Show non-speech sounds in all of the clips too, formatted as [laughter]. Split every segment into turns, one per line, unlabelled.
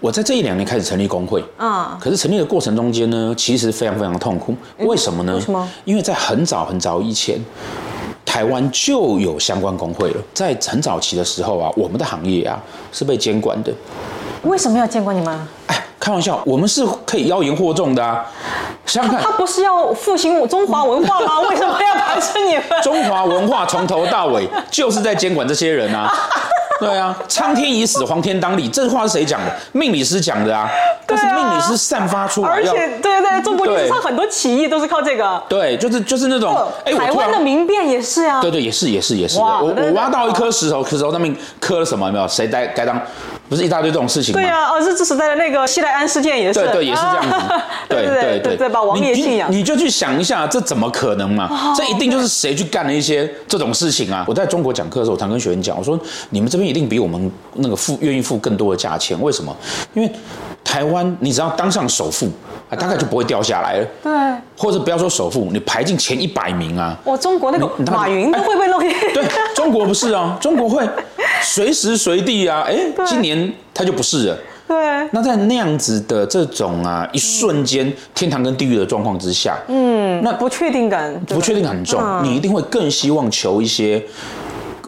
我在这一两年开始成立工会，
啊、
可是成立的过程中间呢，其实非常非常痛苦。为什么呢？
为什么
因为在很早很早以前，台湾就有相关工会了。在很早期的时候啊，我们的行业啊是被监管的。
为什么要见过你们？
哎，开玩笑，我们是可以妖言惑众的啊。想想看
他，不是要复兴中华文
[laughs]
化吗？为什么要排斥你们？
中华文化从头到尾 [laughs] 就是在监管这些人啊。对啊，苍天已死，黄天当立，这话是谁讲的？命理师讲的啊。但是
对啊
命理师散发出来
而
要，嗯
且，对对，中国历史上很多起义都是靠这个。
对，就是就是那种，哎、我
台
突
湾
然
的民变也是啊。
对对，也是也是也是的。
哇
我
那
我挖到一颗石头，石头上面刻了什么？有没有？谁该该当？不是一大堆这种事情吗？
对啊，哦，日治时代的那个西莱安事件也是。
对对，也是这样子
啊。
[laughs] 对
[laughs] 对
对
对
对
对，把王爷信仰哦
你。你就去想一下，这怎么可能嘛？这一定就是谁去干了一些这种事情啊！我在中国讲课的时候，我常跟学员讲，我说你们这边一定比我们那个付愿意付更多的价钱，为什么？因为台湾你只要当上首富啊，大概就不会掉下来了。
对，
或者不要说首富，你排进前一百名啊，
我中国那个
你你哎
马云都会被弄进。
对，中国不是啊，中国会随时随地啊，哎、今年他就不是了。
[laughs] 对。
那在那样子的这种啊，一瞬间天堂跟地狱的状况之下，嗯，那
不确定感，对吧
不确定感很重，
嗯
你一定会更希望求一些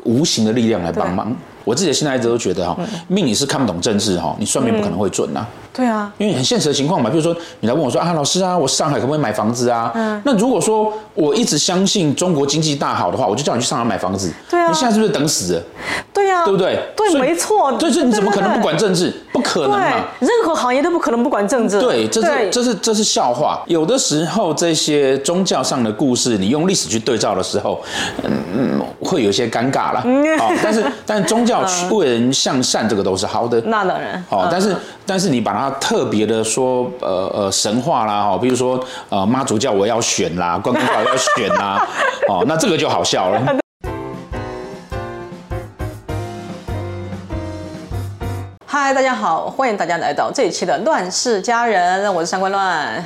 无形的力量来帮忙。我自己现在一直都觉得哈、
嗯
命理是看不懂政治哈、你算命不可能会准呐、
对啊，
因为很现实的情况嘛，比如说你来问我说啊，老师啊，我上海可不可以买房子啊？
嗯
那如果说我一直相信中国经济大好的话，我就叫你去上海买房子。
对啊
你现在是不是等死了？
对啊，
对不对？
对，
所以
没错。
对，所以你怎么可能
对
不？管政治？不可
对
能
对，
嘛。
对任何行业都不可能不管政治。
对，这是
对
这是这是笑话。有的时候这些宗教上的故事，你用历史去对照的时候，嗯，嗯会有一些尴尬啦。
嗯
哦，但是但宗教去为人向善，这个都是好的。
那当然。
哦
嗯，
但是但是你把它特别的说，呃呃，神话啦，哦，比如说呃妈祖教我要选啦，关公教我要选啦，哦，那这个就好笑了。
嗨，大家好，欢迎大家来到这一期的《乱世佳人》，我是上官乱。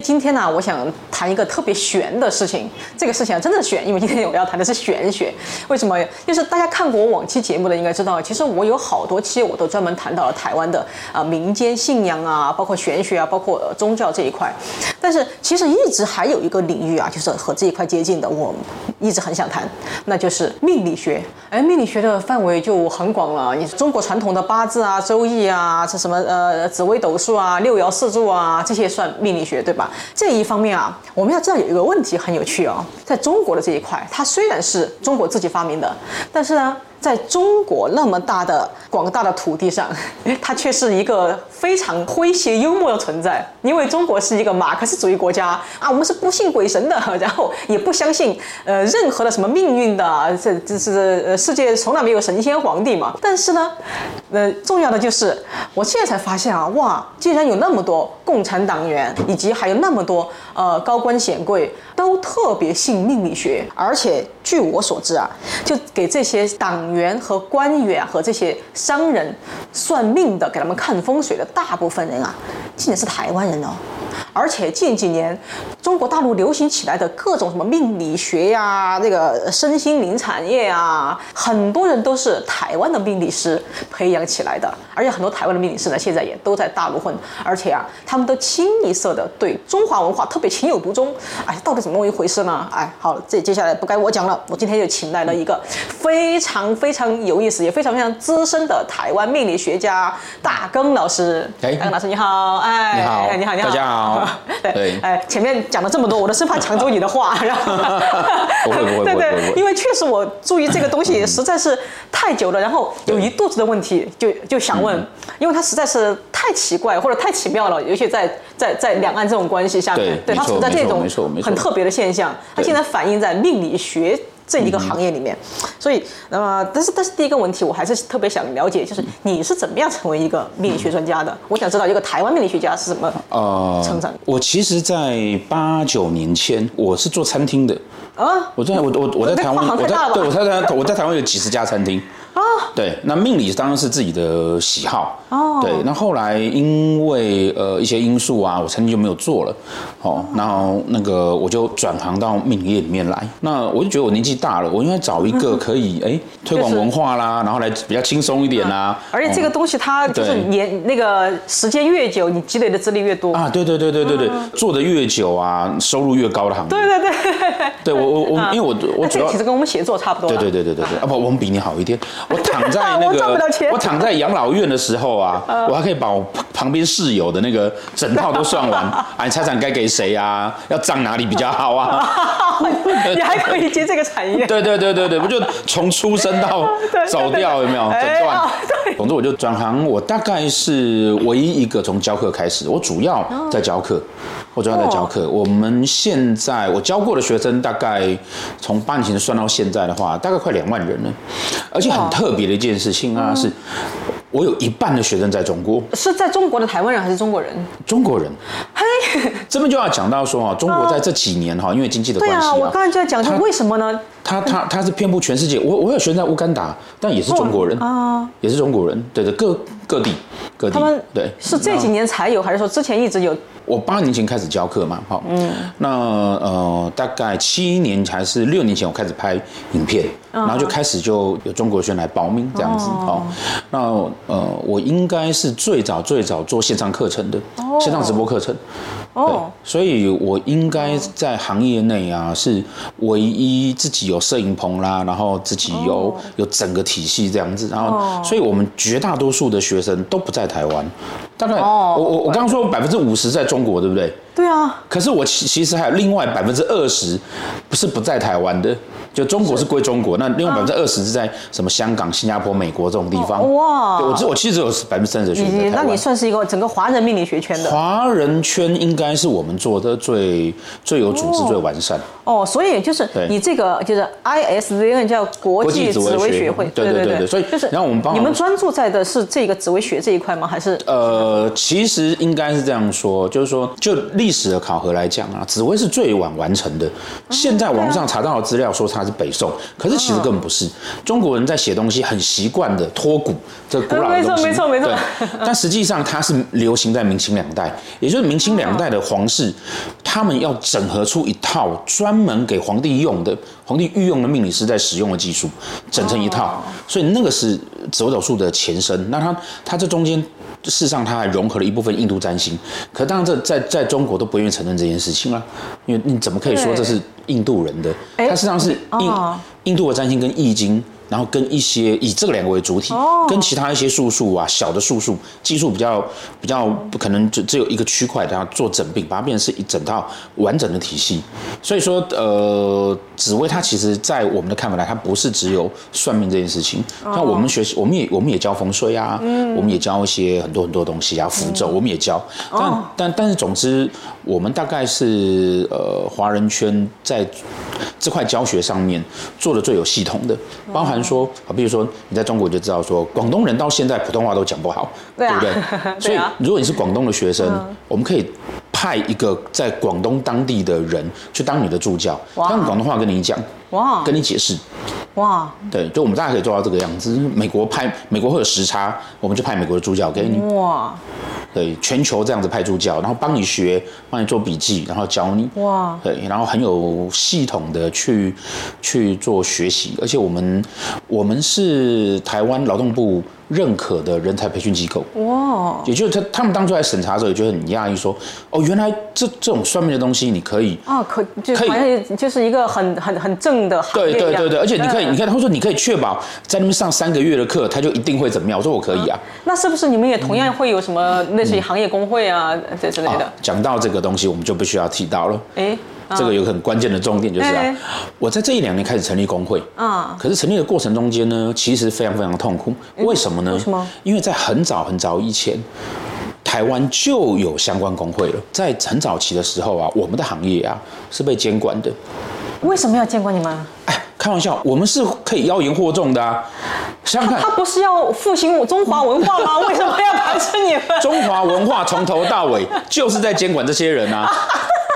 今天呢、我想谈一个特别玄的事情。这个事情啊，真的玄，因为今天我要谈的是玄学。为什么？就是大家看过我往期节目的应该知道，其实我有好多期我都专门谈到了台湾的啊、民间信仰啊，包括玄学啊，包括、呃宗教这一块。但是其实一直还有一个领域啊，就是和这一块接近的，我一直很想谈，那就是命理学。哎，命理学的范围就很广了，你中国传统的八字啊、周易啊、这什么呃紫微斗数啊、六爻四柱啊，这些算命理学对吧？这一方面啊，我们要知道有一个问题很有趣哦，在中国的这一块，它虽然是中国自己发明的，但是呢。在中国那么大的广大的土地上， [laughs] 它却是一个非常诙谐幽默的存在。因为中国是一个马克思主义国家啊，我们是不信鬼神的， [laughs] 然后也不相信呃任何的什么命运的，这这是呃世界从来没有神仙皇帝嘛。但是呢，呃，重要的就是我现在才发现啊，哇，竟然有那么多共产党员，以及还有那么多呃高官显贵都特别信命理学，而且据我所知啊，就给这些党员和官员啊和这些商人算命的，给他们看风水的大部分人啊，竟然是台湾人哦。而且近几年，中国大陆流行起来的各种什么命理学呀、那个身心灵产业啊，很多人都是台湾的命理师培养起来的。而且很多台湾的命理师呢，现在也都在大陆混，而且啊，他们都清一色的对中华文化特别情有独钟。哎，到底怎么一回事呢？哎，好，这接下来不该我讲了，我今天就请来了一个非常非常有意思，也非常非常资深的台湾命理学家大耕老师。
哎
大耕老师你好，哎。
你好
哎你好，你好，
大家好
[laughs] 对
对，
哎，前面讲了这么多，我都生怕抢走你
[laughs]
的话，然后
不会不会不
[laughs]
会
对
不会
对
不，会
因为确实我注意这个
[laughs]
东西实在是太久了，然后有一肚子的问题就就想问，
嗯
因为它实在是太奇怪或者太奇妙了，尤其在在在两岸这种关系下面，
对
它
没错
存在这种
没错没错没错
很特别的现象，它
对嗯
现在反映在命理学。这一个行业里面，所以那么、但是但是第一个问题，我还是特别想了解，就是
嗯
你是怎么样成为一个命理学专家的？我想知道一个台湾命理学家是怎么
呃
成长
我其实，在八九年前，我是做餐厅的。
啊
我在我我我在台
那跨
湾，
行
我
太
在
大了吧
对我在台我在台湾有几十家餐厅，
啊！
对，那命理当然是自己的喜好。
哦
对，那后来因为呃一些因素啊，我成绩就没有做了。哦，然后那个我就转行到命理业里面来。那我就觉得我年纪大了，我应该找一个可以哎、推广
嗯就是嗯
文化啦，然后来比较轻松一点啊哦啦。
而且这个东西它就是
对
年那个时间越久，你积累的资历越多。
啊，对对对对对对，
嗯
做的越久啊，收入越高的行业。
[laughs] 对对对，
对我我我，因为我我
啊那
主
这个
要
其实跟我们写作差不多了。
对对对对对对，啊不，我们比你好一点。我躺在那
[laughs] 我赚不
个
了，钱嗯
我躺在养老院的时候啊，我还可以把我旁旁边室友的那个整套都算
[laughs]
完，啊，你猜猜该给谁啊？要葬哪里比较好啊？
[laughs] 你还可以接这个产
[laughs]
业。
对对对对对，不就从出生到
[laughs] 对对
走掉有没有？
哎
整段
哦对。
总之我就转行，我大概是唯一一个从教课开始，我主要在教
哦
课，我主要在教课。我们现在我教过的学生大概从八年前算到现在的话，大概快两万人了。而且很特别的一件事情啊，是我有一半的学生在中国，
是在中国的台湾人还是中国人？
中国人。
嘿，
这边就要讲到说啊，中国在这几年哈，因为经济的
哦对
关系
啊，我刚才就在讲，就
他
为什么呢？
他他他是遍布全世界，我我有学生在乌干达，但也是中国人
啊，
也是中国人，对对，各各地各地
他们，
对，
是这几年才有，还是说之前一直有？
我八年前开始教课嘛，好，嗯，那呃，大概七年还是六年前，我开始拍影片，然后就开始就有中国学生来报名这样子，
嗯哦
哦，那呃，我应该是最早最早做线上课程的，线上直播课程，对
哦，，
所以我应该在行业内啊，是唯一自己有摄影棚啦，然后自己有、
哦
有整个体系这样子，然后，所以我们绝大多数的学生都不在台湾，大概、
哦
我我我刚刚说百分之五十在中国，对不对？
对啊，
可是我其其实还有另外百分之二十不是不在台湾的，就中国是归中国，那另外
啊
百分之二十是在什么香港、新加坡、美国这种地方。
哦哇
对我只我其实只有百分之三十的学生
你
在台
那
湾
你。算是一个整个华人命理学圈的
华人圈应该是我们做的最最有组织、
哦
最完善。
哦，所以就是
对
你这个就是 ISVN 叫国际紫微学
国
会，
际紫微学会对对对对所以
就是
然后我们帮
你们专注在的是这个紫微学这一块吗？还是
呃，其实应该是这样说，就是说，就历史的考核来讲啊，紫薇是最晚完成
哦
的。现在网上查到的资料说它是北宋，可是其
嗯
实根本不是。中国人在写东西很习惯的脱骨，这古老的东西，
哦没错没错没错
对 [laughs] 但实际上它是流行在明清两代，也就是明清两代的皇室，他们要整合出一套专门给皇帝用的、皇帝御用的命理师在使用的技术，整成一
哦
套。所以那个是紫微斗数的前身。那它它这中间，事实上它还融合了一部分印度占星，可当然这在在中国都不愿意承认这件事情啊，因为你怎么可以说
对
这是印度人的？
哎
它事实上是印、
哦
印度的占星跟易经。然后跟一些以这个两个为主体，
哦
跟其他一些术数啊，小的术数技术比较比较不可能只只有一个区块，然后做整并，把它变成是一整套完整的体系。所以说，呃，紫薇它其实在我们的看法来，它不是只有算命这件事情。像我们学习，我们也我们也教风水啊，
嗯
我们也教一些很多很多东西啊，符咒我们也教。但、
哦
但但是总之，我们大概是呃华人圈在这块教学上面做的最有系统的，
嗯
包含说，啊，比如说你在中国你就知道说，广东人到现在普通话都讲不好，
对啊
不
对啊 [laughs] 嗯
对？所以如果你是广东的学生，我们可以派一个在广东当地的人去当你的助教，
哇哦
他用广东话跟你讲，
哇
跟你解释，
哇
对，就我们大家可以做到这个样子。美国派美国会有时差，我们就派美国的助教给
嗯
你，
哇
对，全球这样子派助教，然后帮你学，帮你做笔记，然后教你。
哇
对，然后很有系统的去去做学习，而且我们我们是台湾劳动部认可的人才培训机构，
哇哦
也就是他他们当初来审查的时候，也觉得很讶异说，哦，原来这这种算命的东西你可以。
啊，可就
可以
好像就是一个很很很正的行业
对
一样
对对对，而且你可以，
嗯
你看，他说你可以确保在那边上三个月的课，他就一定会怎么样？我说我可以啊。
那是不是你们也同样会有什么类似于行业工会啊这之类
啊
的？
讲到这个东西，我们就必须要提到了。
哎，啊
这个有个很关键的重点就是
哎
啊，我在这一两年开始成立工会
啊
可是成立的过程中间呢，其实非常非常痛苦。为什么呢？
哎为什么？
因为在很早很早以前。台湾就有相关工会了，在很早期的时候啊，我们的行业啊是被监管的。
为什么要见过你们？
哎，开玩笑，我们是可以妖言惑众的啊。想 [laughs] 想看
他，不是要复兴中华文化
[laughs]
吗？为什么要排斥你们？
中华文化从头到尾就是在监管这些人啊。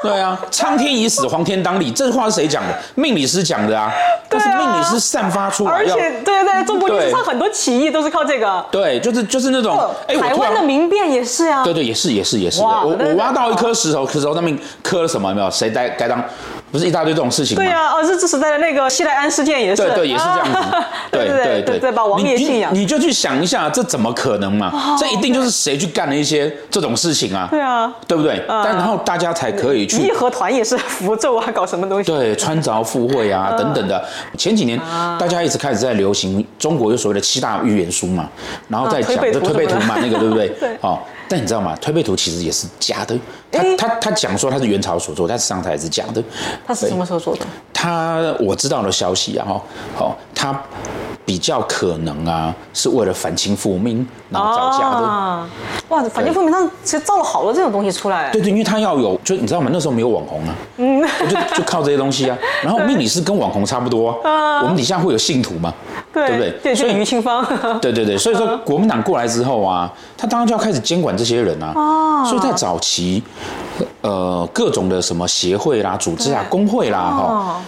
对啊，苍天已死，黄天当立，这话是谁讲的？命理师讲的啊。但是命理师散发出来
而
要，嗯
且对，在中国历史上很多起义都是靠这个。
对，就是就是那种，哎、我
哦台
突
湾
然
的民变也是啊
对。对，也是也是也是。
哇
我
那
我挖到一颗石头，石头上面刻了什么？有没有？谁该该当？不是一大堆这种事情吗？
对啊，哦，日治时代的那个西来安事件也是。
对对，也是这样子 [laughs]
啊。
对
[laughs] 对
对
对
对，
对，把王爷
你
信仰哦
你。你就去想一下，这怎么可能嘛？这一定就是谁去干了一些这种事情啊？
对啊，
对不对？但然后大家才可以
义
去。
和团也是符咒啊，搞什么东西？
对，穿凿附会啊，
嗯
等等的。前几年
啊
大家一直开始在流行中国有所谓的七大预言书嘛，然后再讲
啊推背
就
图
推背图嘛，
什么的
那个对不对？
[laughs] 对
哦，但你知道吗？推背图其实也是假的。他
诶
他他讲说他是元朝所做，但实际上他也是假的。
他是
对
什么时候做的？
他我知道的消息啊，哈，好，他比较可能啊，是为了反清复明，然后造假的。
啊！哇，反清复明，他其实造了好多这种东西出来。
对对，因为他要有，就你知道吗？那时候没有网红啊，嗯，就就靠这些东西啊。然后命理师跟网红差不多啊，我们底下会有信徒嘛，对不对？
对，就
所
是
以
于清芳。
对对对，所以说国民党过来之后啊，他当然就要开始监管这些人啊。哦，所以在早期，呃，各种的什么协会啦、组织啊、工会啦，哈、
哦，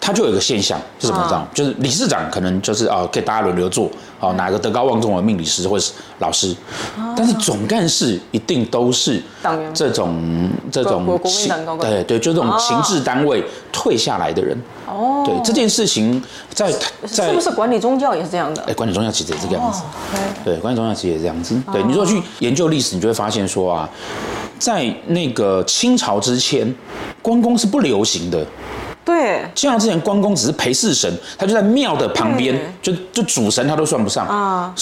他就有一个现象
啊
是什么？你知道吗就是理事长可能就是啊，给大家轮流做，
嗯
哦，哪个德高望重的命理师或是老师，但是总干事一定都是
啊党员
这种这种
国国民党
行
高官
对对，就这种
哦
行政单位退下来的人。
[laughs] 哦
对这件事情在，在
是不是管理宗教也是这样的
哎，？管理中央其实也是这个样子。
哦对
对，管理中央其实也是这样子。
哦
对，你如果去研究历史，你就会发现说啊，在那个清朝之前，关公是不流行的。
对，
清朝之前，关公只是陪侍神，他就在庙的旁边，就就主神他都算不上
啊。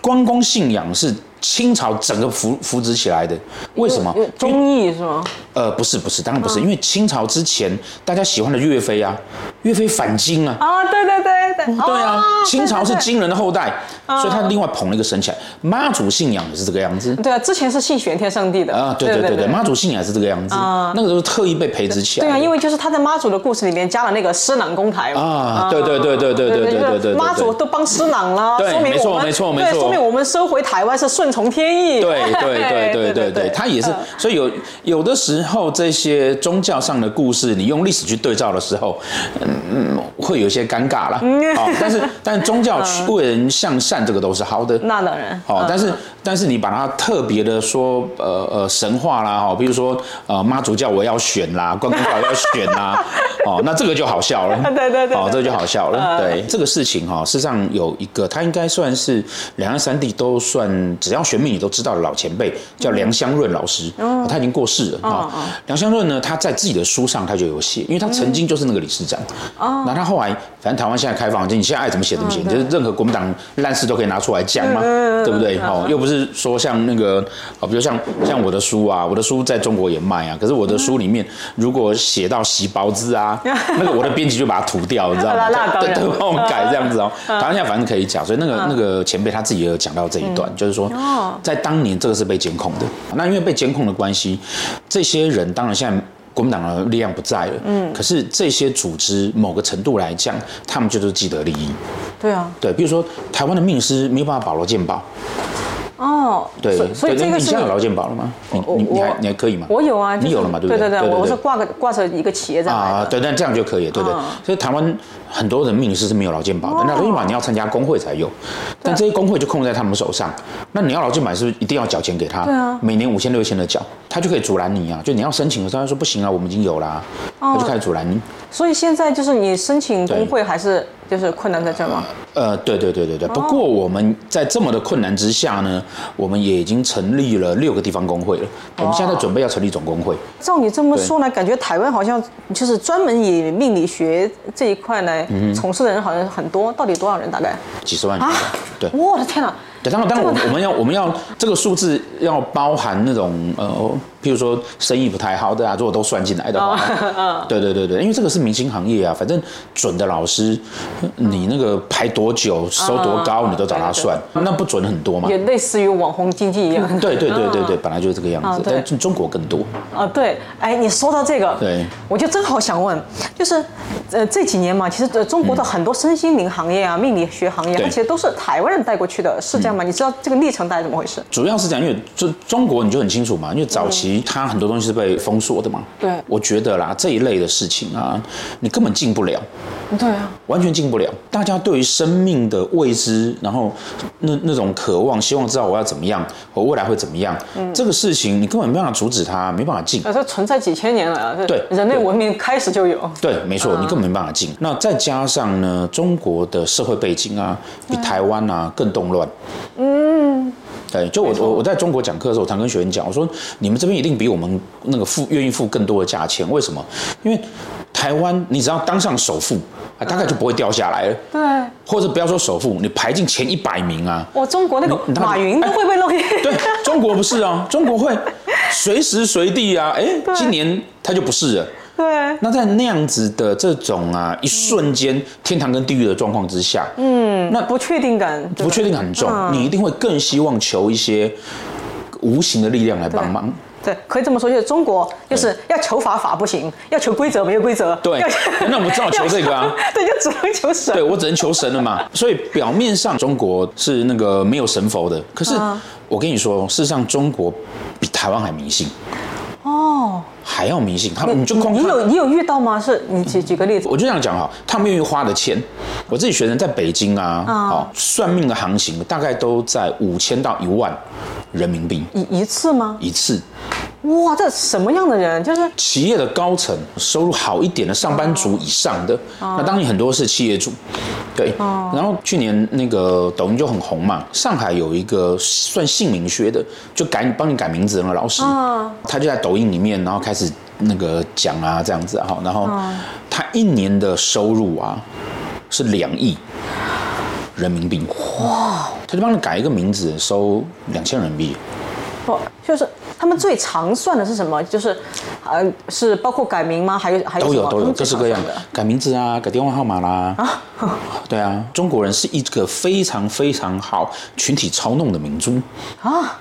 关公信仰是清朝整个扶扶植起来的，为什么？
有
因为
中医是吗？
呃，不是不是，当然不是，因为清朝之前大家喜欢的岳飞啊，岳飞反金啊。
啊，对对对对，
对啊
哦，
清朝是
对对对
金人的后代，所以他另外捧了一个神起来。妈祖信仰也是这个样子
对啊，之前是信玄天上帝的
啊，对对对对，妈祖信仰也是这个样子，那个都是特意被培植起来
对
的。
啊，因为就是他在妈祖的故事里面加了那个施琅公台嘛。
啊对对对对对对对对对对对
妈祖都帮施琅啦，
对
说明
没错
我们
没错
对
没错
说明我们收回台湾是顺从天 [laughs] 意。
对对对对对对，他
嗯
也是。所以有有的时候这些宗教上的故事，你用历史去对照的时候，嗯，嗯会有一些尴尬啦。
嗯
哦，但是但宗教去为人向善，这个都是好的。
[laughs] 那当然。嗯
哦，但是但是你把它特别的说，呃呃，神话啦，哦，比如说呃妈祖教我要选啦，关公教我要选啦，哦，那这个就好笑了，
[laughs] 对对对对
哦，这个就好笑了，
嗯
对这个事情哈、事实上有一个，他应该算是两岸三地都算，只要学命理都知道的老前辈，叫梁湘润老师，哦他已经过世了啊、哦梁湘润呢，他在自己的书上他就有写，因为他曾经就是那个理事长，哦，嗯那他后来反正台湾现在开放，就你现在爱怎么写怎么写，你就是任何国民党烂事都可以拿出来讲嘛，对不对？哦，又不是说像那个，哦，比如像像我的书啊，我的书在中国也卖啊，可是我的书里面啊如果写到洗包子啊，那个我的编辑就把它涂 [laughs] 掉，你知道吗？
那那当
对
然
啊
嗯
对，帮我改这样子哦。台湾现在反正可以讲，所以那个那个前辈他自己也有讲到这一段，就是说
哦
在当年这个是被监控的，那因为被监控的关系，这些人当然现在。国民党的力量不在了，嗯，可是这些组既某个程度来讲，他们就是既得利益，
对啊，
对，比如说台湾的命师没有办法保罗健保，
哦，
对，
所以所以
对
这
那
个
你
是
现在有劳健保了吗？你
我
你你还
我
你还可以吗？
我有啊，就是
你有了嘛对不
对？
对
对
对对
我
对
是挂个挂着一个企业在
啊
买，的。
对，但这样就可以，对对
嗯。哦
所以台湾很多的命理师是没有劳健保的，那劳健保你要参加工会才有，但这些工会就控制在他们手上。那你要劳健保是不是一定要缴钱给他？
对啊
每年五千六千的缴，他就可以阻拦你啊。就你要申请的时候，他说不行啊，我们已经有啦，
哦
他就开始阻拦你。
所以现在就是你申请工会还是就是困难在这儿吗？
呃，对对对对
哦
对。不过我们在这么的困难之下呢，我们也已经成立了六个地方工会了。我们现在在准备要成立总工会。
照你这么说来，感觉台湾好像就是专门以命理学这一块来
嗯
从事的人好像很多，到底多少人大概？
几十
啊
万人，对，
我的天哪！
对，当然，当然，我们我们要我们要这个数字要包含那种呃，譬如说生意不太好的啊，如果都算进来的话，[laughs]
哦嗯
对对对对，因为这个是明星行业啊，反正准的老师，你那个排多久、收多高，
嗯
你都找他算，那不准很多嘛。
也类似于网红经济一样。
对对对对对，本来就是这个样
啊
子，
对
但中国更多。
[laughs] 啊，对，哎，你说到这个，
对，
我就正好想问，就是，呃，这几年嘛，其实呃中国的很多身心灵行业啊、命理学行业，它
对嗯
其实都是台湾人带过去的，是这样吗？你知道这个历程大概怎么回事？
主要是讲，因为中中国你就很清楚嘛，因为早期西，它很多东西是被封锁的嘛。
嗯对
我觉得啦，这一类的事情啊，你根本进不了，
对啊，
完全进不了。大家对于生命的未知，然后那那种渴望，希望知道我要怎么样，我未来会怎么样，这个事情你根本没办法阻止它，没办法进。
呃，这存在几千年了啊，这
对
人类
对
文明开始就有，
对，没错，你根本没办法进。那再加上呢，中国的社会背景啊，比台湾啊更动乱。嗯，对，就我我我在中国讲课的时候，我常跟学员讲，我说你们这边一定比我们那个付愿意付更多的价钱，为什么？因为台湾你只要当上首富，啊，大概就不会掉下来了，
对，
或者不要说首富，你排进前一百名啊，
我中国那个
你你
马云都会被
[laughs]
漏夜，
对，中国不是啊， [laughs] 中国会随时随地啊，哎，今年他就不是了。
对，
那在那样子的这种啊，一瞬间天堂跟地狱的状况之下，嗯，那
不确定感，对吧
不确定感很重，你一定会更希望求一些无形的力量来帮忙。
对，可以这么说，就是中国就是要求法法不行，要求规则没有规则。
对哎
要
那我们
[laughs]
只好求这个啊。
要对，就只能求神。
对我只能求神了嘛，所以表面上中国是那个没有神佛的，可是
嗯
我跟你说，事实上中国比台湾还迷信，
哦，
还要迷信。他们你就嗯光
你
看
嗯有你有遇到吗？是你举举个例子。
我就这样讲哈，他们愿意花的钱，我自己学生在北京啊，好、算命的行情大概都在五千到一万人民币
一一次吗？
一次。
哇，这什么样的人？就是
企业的高层收入好一点的上班族以上的，那当然很多是企业主，对。然后去年那个抖音就很红嘛，上海有一个算姓名学的，就改帮你改名字的那个老师，
嗯
他就在抖音里面，然后开始那个讲啊这样子啊哈，然后他一年的收入啊是两亿人民币，哇！他就帮你改一个名字，收两千人民币。
哦，就是他们最常算的是什么？就是，呃，是包括改名吗？还有还有
都
哎什
有
么
都有，
他们
各
最
式
常
各样
算的。
改名字啊，改电话号码啦。对啊，中国人是一个非常非常好群体操弄的民族。
啊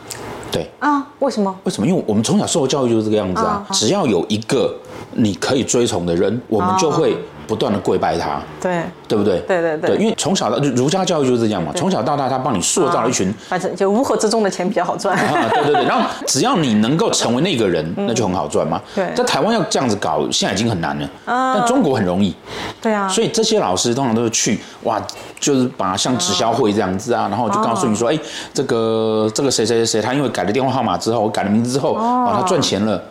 对，
啊？为什么？
为什么？因为我们从小受的教育就是这个样子啊
啊，啊
只要有一个你可以追从的人，我们就会不断的跪拜他。
对，
对不对？
啊对对对嗯
因为从小到儒家教育就是这样嘛，从小到大他帮你塑造了一群
啊反正就乌合之众的钱比较好赚。
啊，对对对，然后只要你能够成为那个人，那就很好赚嘛。
对啊
在台湾要这样子搞，现在已经很难了，但中国很容易。
[laughs] 对啊，
所以这些老师通常都是去哇，就是把像直销会这样子啊，然后就告诉你说，哎、这个这个谁谁谁谁，他因为改了电话号码之后，改了名字之后，哇，他赚钱了。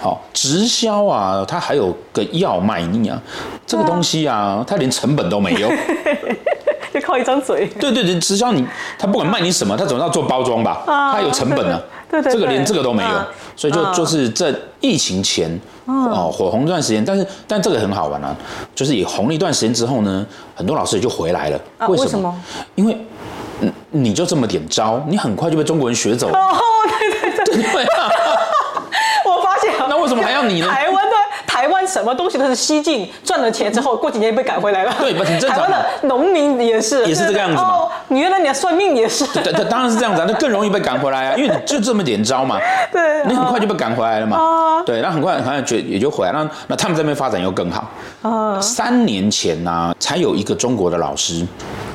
好，直销啊，它还有个药卖你啊，这个东西啊，它连成本都没有。
就靠一张嘴。
[laughs] 对对对，直销你他不管卖你什么，他总要做包装吧，
啊
他有成本啊。
对对对对
这个连这个都没有
啊，
所以就
啊嗯
就是这疫情前哦火红这段时间，但是但这个很好玩啊，就是也红了一段时间之后呢，很多老师也就回来了
啊。为什么？
因为嗯你就这么点招，你很快就被中国人
[laughs]
学走了。
[laughs] 哦，对对对。
对啊，
[laughs] 我发现
那为什么还要你呢
台湾的台湾什么东西都是西进，赚了钱之
[laughs]
后，过几年被改回来了。
对不挺正常
台
的
湾的农民也是，
也是这个样子嘛
哦，你原来你要算命也是，
对对，当然是这样子啊，那更容易被赶回来啊，因为你就这么点招嘛。
[laughs] [laughs] 对
你很快就被赶回来了
哦
嘛。对，那很快很快就也就回来，那那他们这边发展又更好。
哦
三年前呢、啊才有一个中国的老师。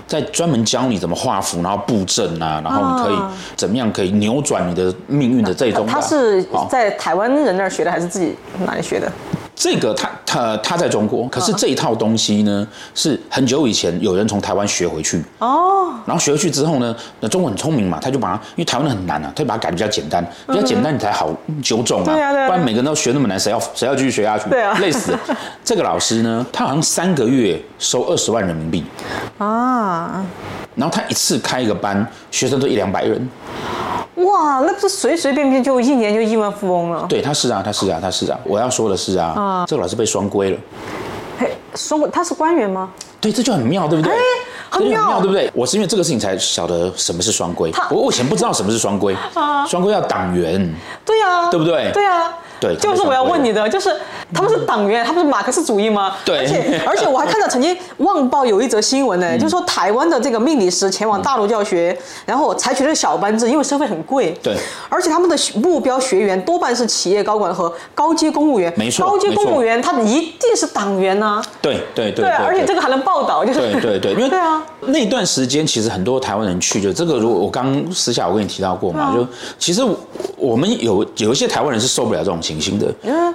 在专门教你怎么画符，然后布阵啊，然后你可以怎么样可以扭转你的命运的这种的啊。
哦他是
好
在台湾人那儿学的，还是自己哪里学的？
这个他他他在中国，
嗯
可是这一套东西呢，是很久以前有人从台湾学回去，
哦，
然后学回去之后呢，那中国很聪明嘛，他就把它，因为台湾的很难啊，他就把它改得比较简单，比较简单你才好纠正啊，
对啊对啊
不然每个人都学那么难，谁要谁要继续学下去？
对啊
累死了。这个老师呢，他好像三个月收二十万人民币，
啊，
然后他一次开一个班，学生都一两百人。
哇，那不是随随便便就一年就亿万富翁了？
对，他是啊，他是啊，他是啊。我要说的是啊，这个老师被双规了。
嘿，说过他是官员吗？
对，这就很妙，对不对？
哎很
这就
妙
对不对？我是因为这个事情才晓得什么是双规
他，
我我以前不知道什么是双规，双规要党员。
对啊，
对不对
对啊，
对
就是我要问你的，就是他们是党员，他们是马克思主义吗？
对嗯
而且而且我还看到曾经《旺报》有一则新闻呢，就说台湾的这个命理师前往大陆教学，然后采取了小班制，因为收费很贵。
对
而且他们的目标学员多半是企业高管和高阶公务员，
没错
高阶
没错
公务员他一定是党员呐、啊
对对对
对啊，而且这个还能报道，就是
对对对，因为
对啊，
那段时间其实很多台湾人去，就这个，如果我刚私下我跟你提到过嘛，就其实我我们有有一些台湾人是受不了这种情形的，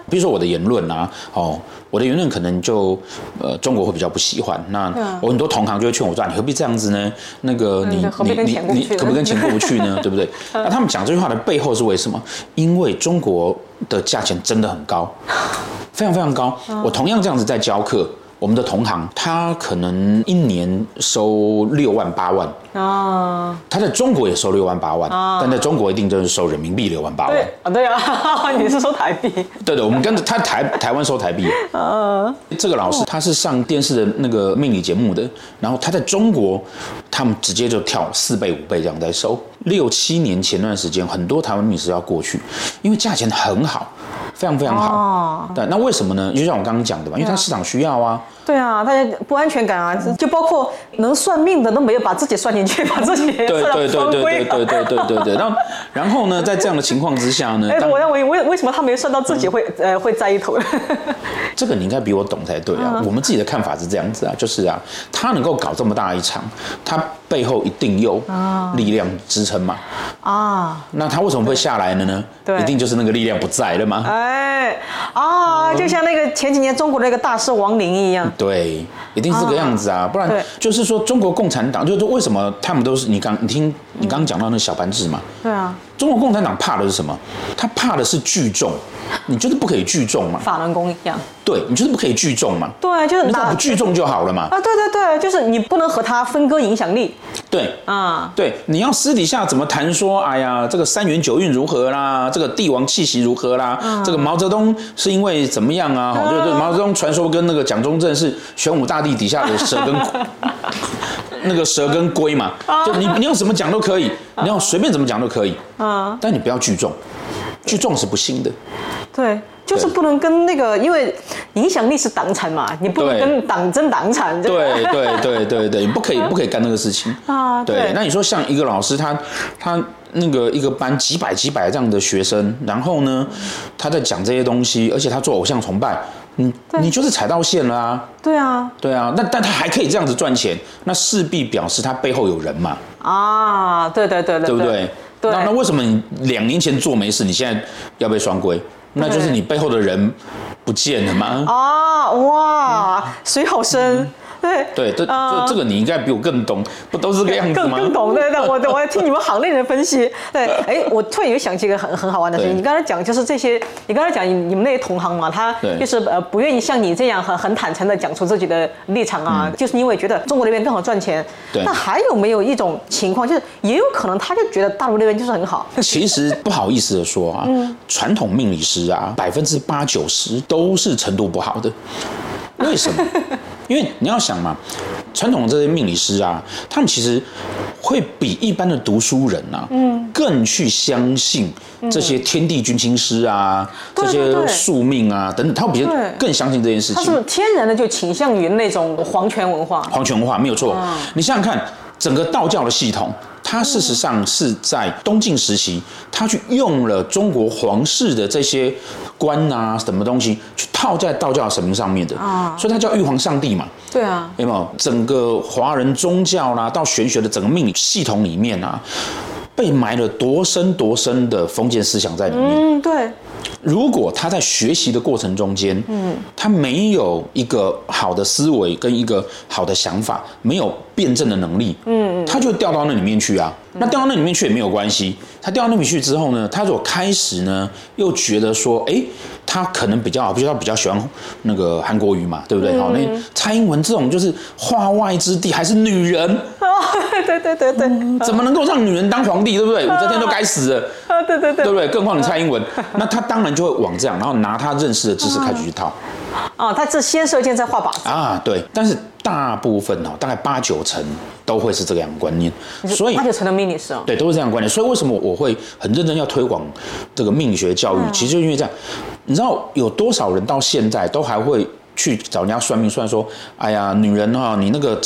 比如说我的言论啊，哦，我的言论可能就呃中国会比较不喜欢，那我很多同行就会劝我说，啊你何必这样子呢？那个你
嗯对何必
你
跟
你
钱过不
你
去呢
可不跟钱过不去
[laughs]
呢？对不对？那他们讲这句话的背后是为什么？因为中国的价钱真的很高。非常非常高。
嗯
我同样这样子在教课，我们的同行他可能一年收六万八万，
啊，
他在中国也收六万八万，但在中国一定就是收人民币六万八万
对。啊，对啊， [laughs] 你是说台币？
对的，我们跟着他台台湾收台币。这个老师他是上电视的那个命理节目的，然后他在中国，他们直接就跳四倍五倍这样在收。六七年前段时间，很多台湾命理师要过去，因为价钱很好，非常非常好。
哦
对，那为什么呢？就像我刚刚讲的嘛，因为它市场需要啊。
对啊，大家不安全感啊，
嗯
就包括能算命的都没有把自己算进去，把自己也
对
[laughs] 算到
对对
双
对
规
对
了。
对对对对对。然后然后呢，在这样的情况之下呢，
哎，
当嗯
我认为为为什么他没算到自己会呃会栽一头？ [laughs]
这个你应该比我懂才对啊。我们自己的看法是这样子啊，就是啊，他能够搞这么大一场，他背后一定有力量支撑嘛。
啊，
那他为什么会下来了呢？
对
一定就是那个力量不在了嘛。
哎
嗯
啊，就像那个前几年中国那个大师王林一样，
对，一定是这个样子啊，不然
哦对
就是说中国共产党，就是说为什么他们都是你刚你听你刚刚讲到那个小班制嘛，
对啊，
中国共产党怕的是什么？他怕的是聚众，你就是不可以聚众嘛。
法轮功一样，
对你就是不可以聚众嘛，
对，就是
你只要
拿
不聚众就好了嘛。
啊，对对对，就是你不能和他分割影响力
对，
啊，
对，你要私底下怎么谈说？哎呀，这个三元九运如何啦？这个帝王气息如何啦？这个毛泽东是因为怎么样啊？哦，对对，毛泽东传说跟那个蒋中正是玄武大帝底下的蛇跟那个蛇跟龟嘛，就你你要怎么讲都可以，你要随便怎么讲都可以，
啊，
但你不要聚众，聚众是不行的。
对。就是不能跟那个，因为影响力是党产嘛，你不能
对
跟党争党产。 [laughs] 这个
对对对对对，你不可以不可以干那个事情
[laughs] 啊对
那你说像一个老师，他他那个一个班几百几百这样的学生，然后呢，他在讲这些东西，而且他做偶像崇拜，你你就是踩到线了啊，
对啊，
对啊，那但他还可以这样子赚钱，那势必表示他背后有人嘛，
啊，对对对对，
对不对？
对
那那为什么你两年前做没事，你现在要被双规？那就是你背后的人不见了吗？
啊，哇，水好深，对
对，这这
啊
这个你应该比我更懂，不都是嗯这个样子
更
吗？
更懂，对对，我我在听你们行内人分析。
[laughs]
对，哎，我突然又想起一个很很好玩的事情。
对
你刚才讲就是这些，你刚才讲你你们那些同行嘛，他
对
就是呃不愿意像你这样很很坦诚的讲出自己的立场啊，就是因为觉得中国那边更好赚钱。
嗯对
那还有没有一种情况，就是也有可能他就觉得大陆那边就是很好，
其实不好意思的说啊，
嗯
传统命理师啊，百分之八九十都是程度不好的。为什
[laughs]
么？因为你要想嘛，传统的这些命理师啊，他们其实会比一般的读书人啊，嗯，更去相信这些天地君亲师啊，
嗯对对
这
对
些宿命啊等等，他会比较
对
更相信这件事
他
情
是。不是天然的就倾向于那种皇权文化？
皇权文化没有错。你想想看，整个道教的系统，它事实上是在东晋时期，它去用了中国皇室的这些官啊什么东西，去套在道教的神明上面的，
啊
所以它叫玉皇上帝嘛。
对啊，
有没有？整个华人宗教啦、到玄学的整个命理系统里面啊，被埋了多深多深的封建思想在里面。
嗯，对，
如果他在学习的过程中间，嗯，他没有一个好的思维跟一个好的想法，没有辩证的能力，嗯，他就掉到那里面去啊。那掉到那里面去也没有关系，他掉到那里去之后呢，他如果开始呢又觉得说，哎、他可能比较好，比如说他比较喜欢那个韩国语嘛，对不对？好、那蔡英文这种就是化外之地，还是女人，
哦，对对对对，
怎么能够让女人当皇帝，对不对？武则天都该死了。
啊，对对对嗯
对，不对？更何况你蔡英文， [laughs] 那他当然就会往这样，然后拿他认识的知识开始去套
啊，他是先射箭再画靶子。
啊，对。但是大部分哦，大概八九成都会是这个样的观念，所以
那就成了命理师哦。
对都是这样的观念。所以为什么我会很认真要推广这个命理学教育？
嗯
其实就因为这样，你知道有多少人到现在都还会。去找人家算命，算说，哎呀，女人哈、你那个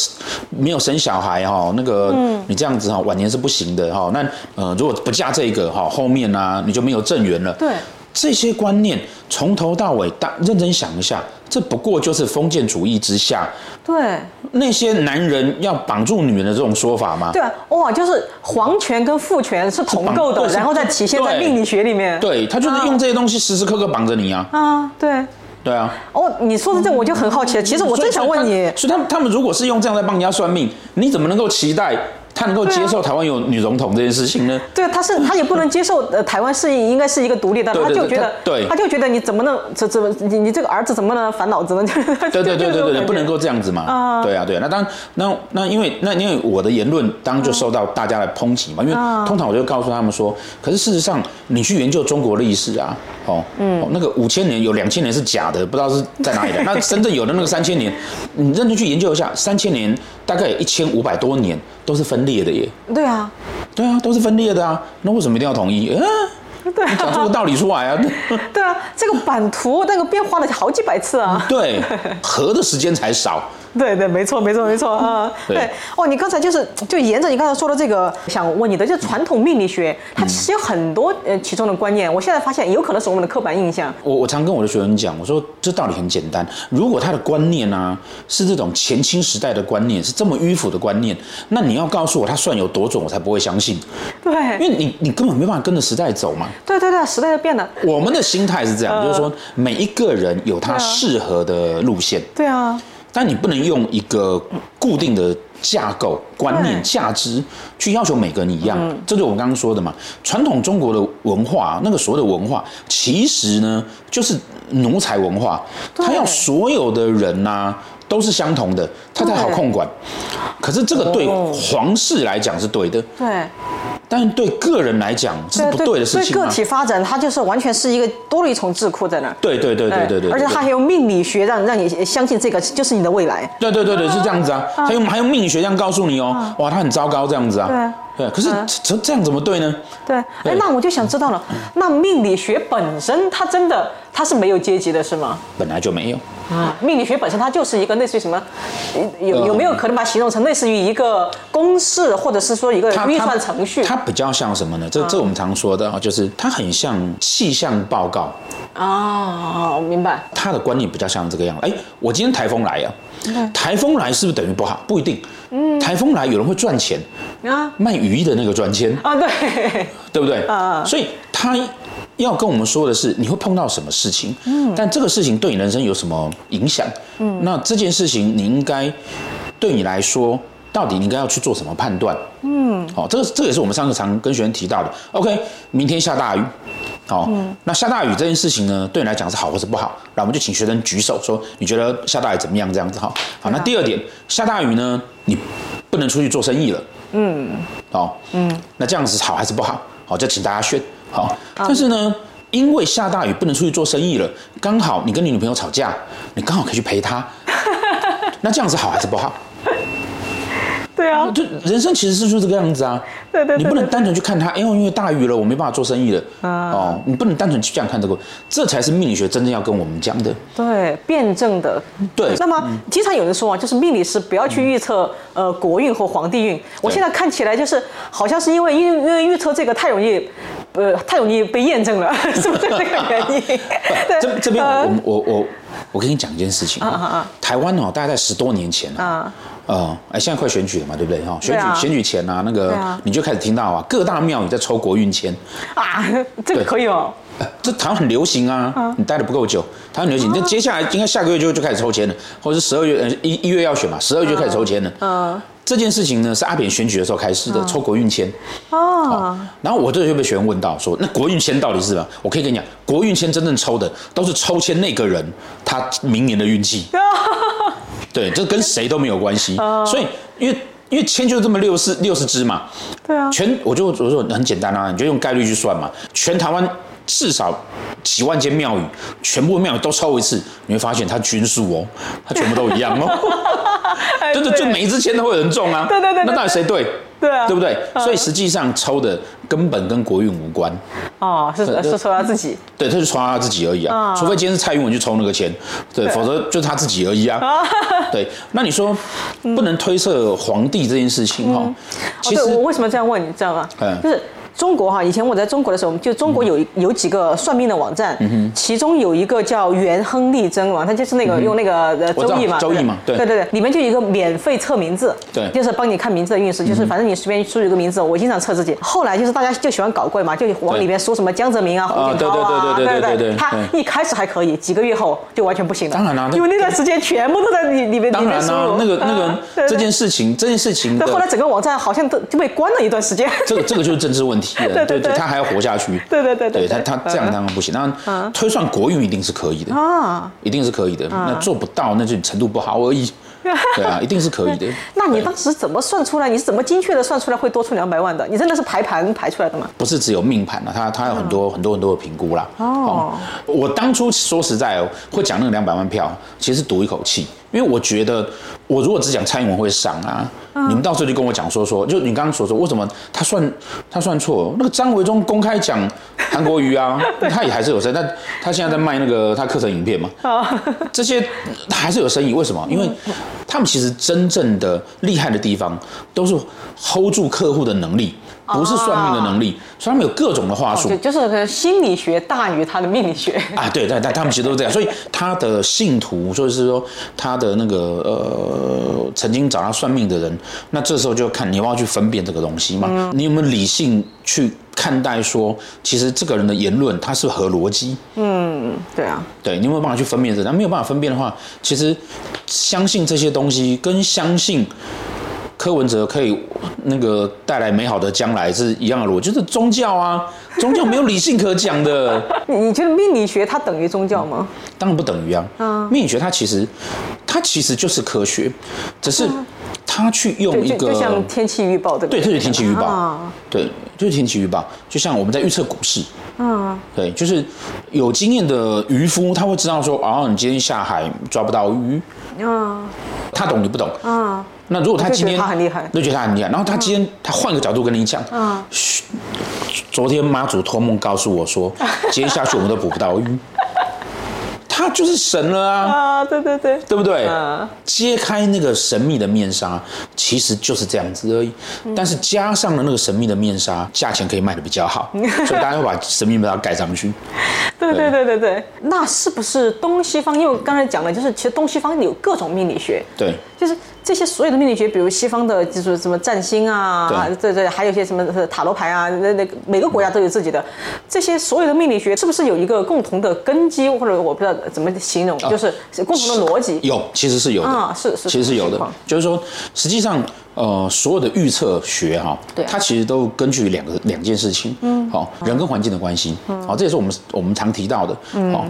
没有生小孩哈、那个、
嗯
你这样子哈、晚年是不行的哈、那呃，如果不嫁这个哈、后面啊，你就没有正缘了。
对
这些观念从头到尾，大认真想一下，这不过就是封建主义之下
对
那些男人要绑住女人的这种说法吗？
对啊，哇，就是皇权跟父权是同构
绑
的，
对是
然后再体现在
对
命理学里面。
对他就是用这些东西时时刻刻绑着你啊，
啊，对。
对啊。
哦，你说的这我就很好奇了。其实我正想问你，
嗯所以他们他们如果是用这样在帮人家算命，你怎么能够期待他能够接
啊
受台湾有女总统这件事情呢？
对，他是他也不能接受，呃，台湾是应该是一个独立的，
嗯对
他
对
就
对
觉得
他，对
他就觉得你怎么能怎怎么你你这个儿子怎么能烦脑子呢？对
对对对对对对，不能。
[laughs] 就就这种感觉
够这样子嘛。
啊
对啊对啊，那当那那因为那因为我的言论当然就受到大家的抨击嘛，因为
啊
通常我就告诉他们说，可是事实上你去研究中国历史啊，哦，
嗯
哦那个五千年有两千年是假的，不知道是在哪里
[laughs]
的。那深圳有的那个三千年，你认真去研究一下，三千年大概有一千五百多年都是分裂的耶。
对啊， [laughs]
对啊，都是分裂的啊，那为什么一定要统一？嗯、
对
你讲出个
啊，
道理出
[laughs]
来啊。
对啊，这个版图那个变化了好几百次啊。
对，合的时间才少。
对对，没错没错没错啊、
嗯对
对哦，你刚才就是就沿着你刚才说的这个，想问你的，就是传统命理学，它
嗯
其实有很多呃其中的观念，我现在发现有可能是我们的刻板印象。
我我常跟我的学生讲，我说这道理很简单，如果他的观念啊是这种前清时代的观念，是这么迂腐的观念，那你要告诉我他算有多准，我才不会相信，因
对
为你你根本没办法跟着时代走嘛。
对对对，时代在变了。
我们的心态是这样，就是说每一个人有他
对啊
适合的路线，
对啊，
但你不能用一个固定的架构、观念
对、
价值去要求每个人一样，
嗯
这就是我们刚刚说的嘛。传统中国的文化，那个所谓的文化，其实呢就是奴才文化，
对
它要所有的人呐、都是相同的，它才好
对
控管。可是这个对
哦
皇室来讲是对的，
对
但是对个人来讲这是不对的事情
对
啊
个。体发展，它就是完全是一个多了一重智库在那儿。
对对对对对对，
而且它还有命理学让让你相信这个就是你的未来。
对对对对，是这样子啊，
嗯
还有还有命理学这样告诉你哦，哇，他很糟糕这样子啊，对，可是
嗯
这这样怎么对呢？
对，哎
对，
那我就想知道了，那命理学本身它真的它是没有阶级的，是吗？
本来就没有，
啊，命理学本身它就是一个类似于什么，呃有
呃
有没有可能把它形容成类似于一个公式，或者是说一个
它
运算程序嗯
它它比较像什么呢？这这我们常说的啊，就是它很像气象报告，
啊？我明白，
它的观念比较像这个样子。哎，我今天台风来
嗯
啊，台风来是不是等于不好？不一定，台风来有人会赚钱，
啊
卖雨衣的那个赚钱，
啊，对，
对不对？
啊
所以他要跟我们说的是，你会碰到什么事情，但这个事情对你人生有什么影响？那这件事情你应该对你来说。到底你应该要去做什么判断？嗯，好、这个这个也是我们上次常跟学员提到的。OK，明天下大雨，好、那下大雨这件事情呢，对你来讲是好或是不好？然后我们就请学生举手说，你觉得下大雨怎么样？这样子哈。好，那第二点，下大雨呢，你不能出去做生意了。哦，嗯，那这样子好还是不好？好、就请大家选。好、但是呢，因为下大雨不能出去做生意了，刚好你跟你女朋友吵架，你刚好可以去陪她，
[laughs]
那这样子好还是不好？
对啊，
就人生其实是就是这个样子啊，
对对对嗯
你不能单纯去看它，哎呦，因为大雨了，我没办法做生意了，哦，你不能单纯去这样看这个，这才是命理学真正要跟我们讲的。
[laughs] 对，辩证的。
对
那么经常有人说啊，就是命理师不要去预测呃国运和皇帝运。我现在看起来就是好像是因为因为因为预测这个太容易，呃，太容易被验证了， [laughs] 是不是这个原 [laughs] 因？对
[laughs] 这这边
呃
我我我我跟你讲一件事情
啊啊啊
台湾哦，大概在十多年前啊，
啊，
呃，哎，现在快选举了嘛，对不对？哈，选
对
举、
啊
选举前啊，那个、
对啊
你就开始听到啊，各大庙宇在抽国运签， [laughs]
啊，这个
对
可以哦。
呃这台湾很流行啊，你待的不够久，台湾很流
啊
行。那、接下来应该下个月就就开始抽签了，或者是十二月呃一一月要选嘛，十二月就开始抽签了。
嗯
这件事情呢是阿扁选举的时候开始的，抽国运签。
[laughs] 啊，
然后我这就被学员问到说，那国运签到底是什么？我可以跟你讲，国运签真正抽的都是抽签那个人他明年的运气，对，这跟谁都没有关系。
哦
所以因为因为签就这么六十六十支嘛，
对啊，
全我就我说很简单啊，你就用概率去算嘛，全台湾。至少几万间庙宇，全部庙宇都抽一次，你会发现它均数哦，它全部都一样哦，
[laughs]
[laughs]
哎
真的就每一支签都会有人中啊。
对对对对
那到底谁对？
对啊
对不对？所以实际上抽的根本跟国运无关，
哦，是
对对
是说他自己
对，他就抽他自己而已啊。
啊
除非今天是蔡英文去抽那个钱，对，否则就是他自己而已啊。
啊。
[laughs] 对，那你说不能推测皇帝这件事情哈、哦，
嗯哦，
其
对，我
实
为什么这样问你知道吗？
嗯
就是中国哈，以前我在中国的时候，就中国有有几个算命的网站，
嗯
其中有一个叫元亨利贞王，它就是那个用那个呃
嗯我知
周
道
易嘛，
周易嘛
对
对
对对，里面就有一个免费测名字，
对嗯
就是帮你看名字的运势，就是反正你随便输一个名字，我经常测自己。后来就是大家就喜欢搞怪嘛，就往
对
里面输什么江泽民啊、胡锦涛啊，
啊对对对对
不
对对对
他
对
一开始还可以，几个月后就完全不行了，
当然啦那
因为那段时间全部都在里里面里
当
面
然
输
啦、
入，
那个那
啊
个
[laughs] 对对
这件事情，这件事情
但后来
的
整个网站好像都就被关了一段时 [laughs] 间。
这个这个就是政治问题了，
[laughs] 对对对
他还要活下去，
对对对
对他
对嗯
他这样当然不行，那推算国运一定是可以的，
啊，
一定是可以的，那做不到那就程度不好而
[laughs]
已，对啊，一定是可以的。
那你
对
当时怎么算出来？你是怎么精确的算出来会多出两百万的？你真的是排盘排出来 [laughs] 的吗？
不是只有命盘啊，它它有很多、很多很多的评估啦。哦，我当初说实在哦，会讲那个两百万票，其实赌一口气，因为我觉得我如果只讲蔡英文会上啊，你们到时候就跟我讲说说，就你刚刚所说，为什么他算他算错？那个张维忠公开讲韩国瑜啊，他也还是有声，但他现在在卖那个他课程影片嘛，
哦
这些还是有生意，为什么？因为他们其实真正的厉害的地方，都是 hold 住客户的能力，不是算命的能力，所以他们有各种的话术
[laughs] 哦就就是可能心理学大于他的命理学。
啊。对，但但他们其实都是这样，所以他的信徒，就是说他的那个呃，曾经找他算命的人，那这时候就看你要不要去分辨这个东西嘛，你有没有理性去看待说，其实这个人的言论他是合逻辑。
[laughs] 对啊，
对，你有没有办法去分辨这？那没有办法分辨的话，其实相信这些东西跟相信柯文哲可以那个带来美好的将来是一样的逻辑，就是宗教
[laughs]
啊，宗教没有理性可讲的，
你你觉得命理学它等于宗教吗？
当然不等于啊。
嗯
命理学它其实它其实就是科学，只是它去用
就
一
嗯就
个
就像天气预报对不
对，
对？
这就是天气预报。
啊
对，就是天气预报，就像我们在预测股市。嗯。对，就是有经验的渔夫，他会知道说，哦，你今天下海抓不到鱼。
啊
他懂你不懂。那如果他
嗯就
今
觉得
天
他很厉害嗯
就觉得他很厉害。然后他今天他换个角度跟你讲，嘘昨天妈祖托梦告诉我说，今天下去我们都捕不到鱼。 [laughs] 他就是神了啊，
啊！对对对，
对不对
嗯？
揭开那个神秘的面纱，其实就是这样子而已。
嗯
但是加上了那个神秘的面纱，价钱可以卖的比较
[laughs]
好，所以大家会把神秘面纱盖上去。
对对对对对。那是不是东西方？因为我刚才讲了，就是其实东西方有各种命理学。
对，
就是这些所有的命理学，比如西方的，就是什么占星啊，对对，还有一些什么呃塔罗牌啊，那那个每个国家都有自己的。这些所有的命理学是不是有一个共同的根基，或者我不知道怎么形容，就是是共同的逻辑？
有，其啊实是有的，
啊是是
其实是有
情
的
况。
就是说，实际上，呃，所有的预测学哈，
对啊
它其实都根据两个两件事情，嗯，好，人跟环境的关系，好，这也是我们我们常提到的，好，